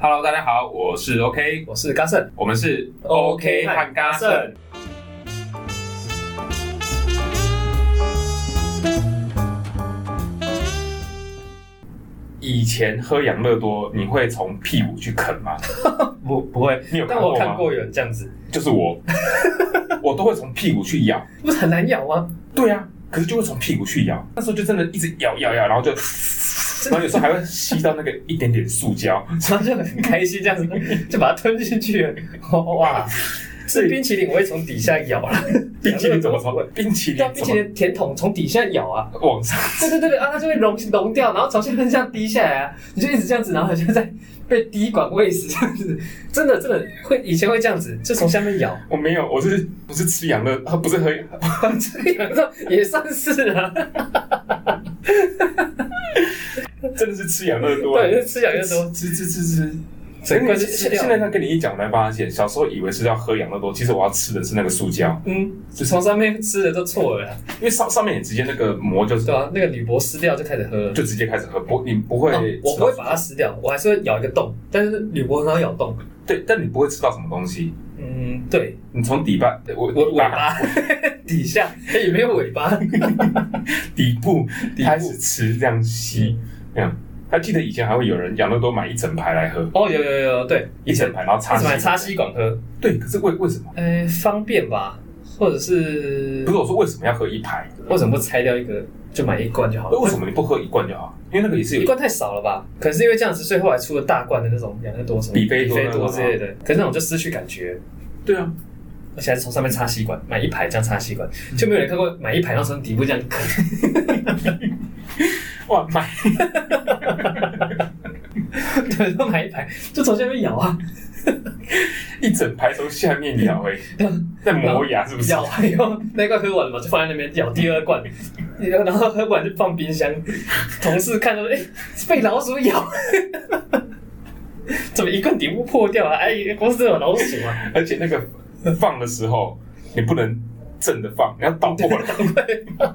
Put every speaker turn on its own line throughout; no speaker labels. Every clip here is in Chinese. Hello，大家好，我是 OK，
我是嘉盛，
我们是
OK
和嘎盛。以前喝养乐多，你会从屁股去啃 吗？
不不会，
你有
但
看过
我
吗？
看过有人这样子，
就是我， 我都会从屁股去咬。
不是很难咬吗？
对啊，可是就会从屁股去咬，那时候就真的一直咬咬咬，然后 就，然后有时候还会吸到那个一点点塑胶。
然后就很开心这样 子，就把它吞进去了。哇，吃冰淇淋我会从底下咬 了，
冰淇淋怎么从？冰淇
对啊，
淋怎
冰淇
么
淋甜筒从底下咬啊，
往上？
对对对对啊，它就会溶溶掉，然后从下面这样滴下来啊，你就一直这样子，然后好像在被滴管喂食这样子，真的真的会以前会这样子，就从下面咬，
我没有，我是不是吃养乐，啊不是喝
这个也算是啊，
真的是吃养乐多。
对，就是吃养乐多，
吃吃吃吃。所以
整
你
个就吃
现
掉
现在他跟你一讲，我才发现小时候以为是要喝养乐多，其实我要吃的是那个塑胶，
嗯，
就是
从上面吃的都错了啦，
因为上上面也直接那个膜就是
对啊，那个铝箔撕掉就开始喝了。
就直接开始喝，不你不会
哦
吃到、
我不会把它撕掉，我还是会咬一个洞，但是铝箔很好咬洞。
对，但你不会吃到什么东西，
嗯，对，
你从底巴我
我尾巴 底下也没有尾巴，
底 部
底部
开始吃这样吸这样。还记得以前还会有人养乐多买一整排来喝，
哦，有有有，对，
一整排然后插
一直买
吸
插吸管喝，
对，可是为为什么？
呃，方便吧，或者是
不是我说为什么要喝一排？
为什么不拆掉一个就买一罐就好了？
为什么你不喝一罐就好？因为那个也是
一
有
罐太少了吧？可能是因为这样子，所以后来出了大罐的那种养乐多什么
比菲多
多
那种
多
啊
之类的，可是那种就失去感觉，
对啊，
而且还是从上面插吸管，买一排这样插吸管，就没有人看过买一排然后从底部这样啃。
哇买
对，就买一排，就从下面咬啊，
一整排从下面咬哎、在磨牙是不是？
咬完以后那一罐喝完了嘛，就放在那边咬第二罐，然后喝完就放冰箱。同事看到说，哎、被老鼠咬，怎么一罐底部破掉了、啊？哎，公司有老鼠啊！
而且那个放的时候你不能正的放，你要倒过 来。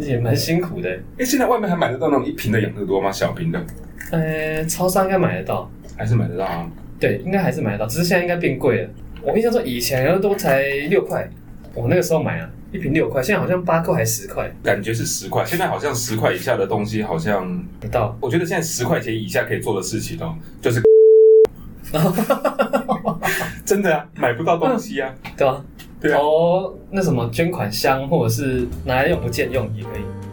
也蛮辛苦的。
哎、现在外面还买得到那种一瓶的养乐多吗？小瓶的
呃，超商应该买得到，
还是买得到啊？
对，应该还是买得到，只是现在应该变贵了。我印象中以前都才六块，我那个时候买啊，一瓶六块，现在好像八块还十块
感觉是十块，现在好像十块以下的东西，好像
不到。
我觉得现在十块钱以下可以做的事情哦，就是 真的啊，买不到东西啊。
对啊，
对啊
投那什么捐款箱，或者是拿来用不见用也可以。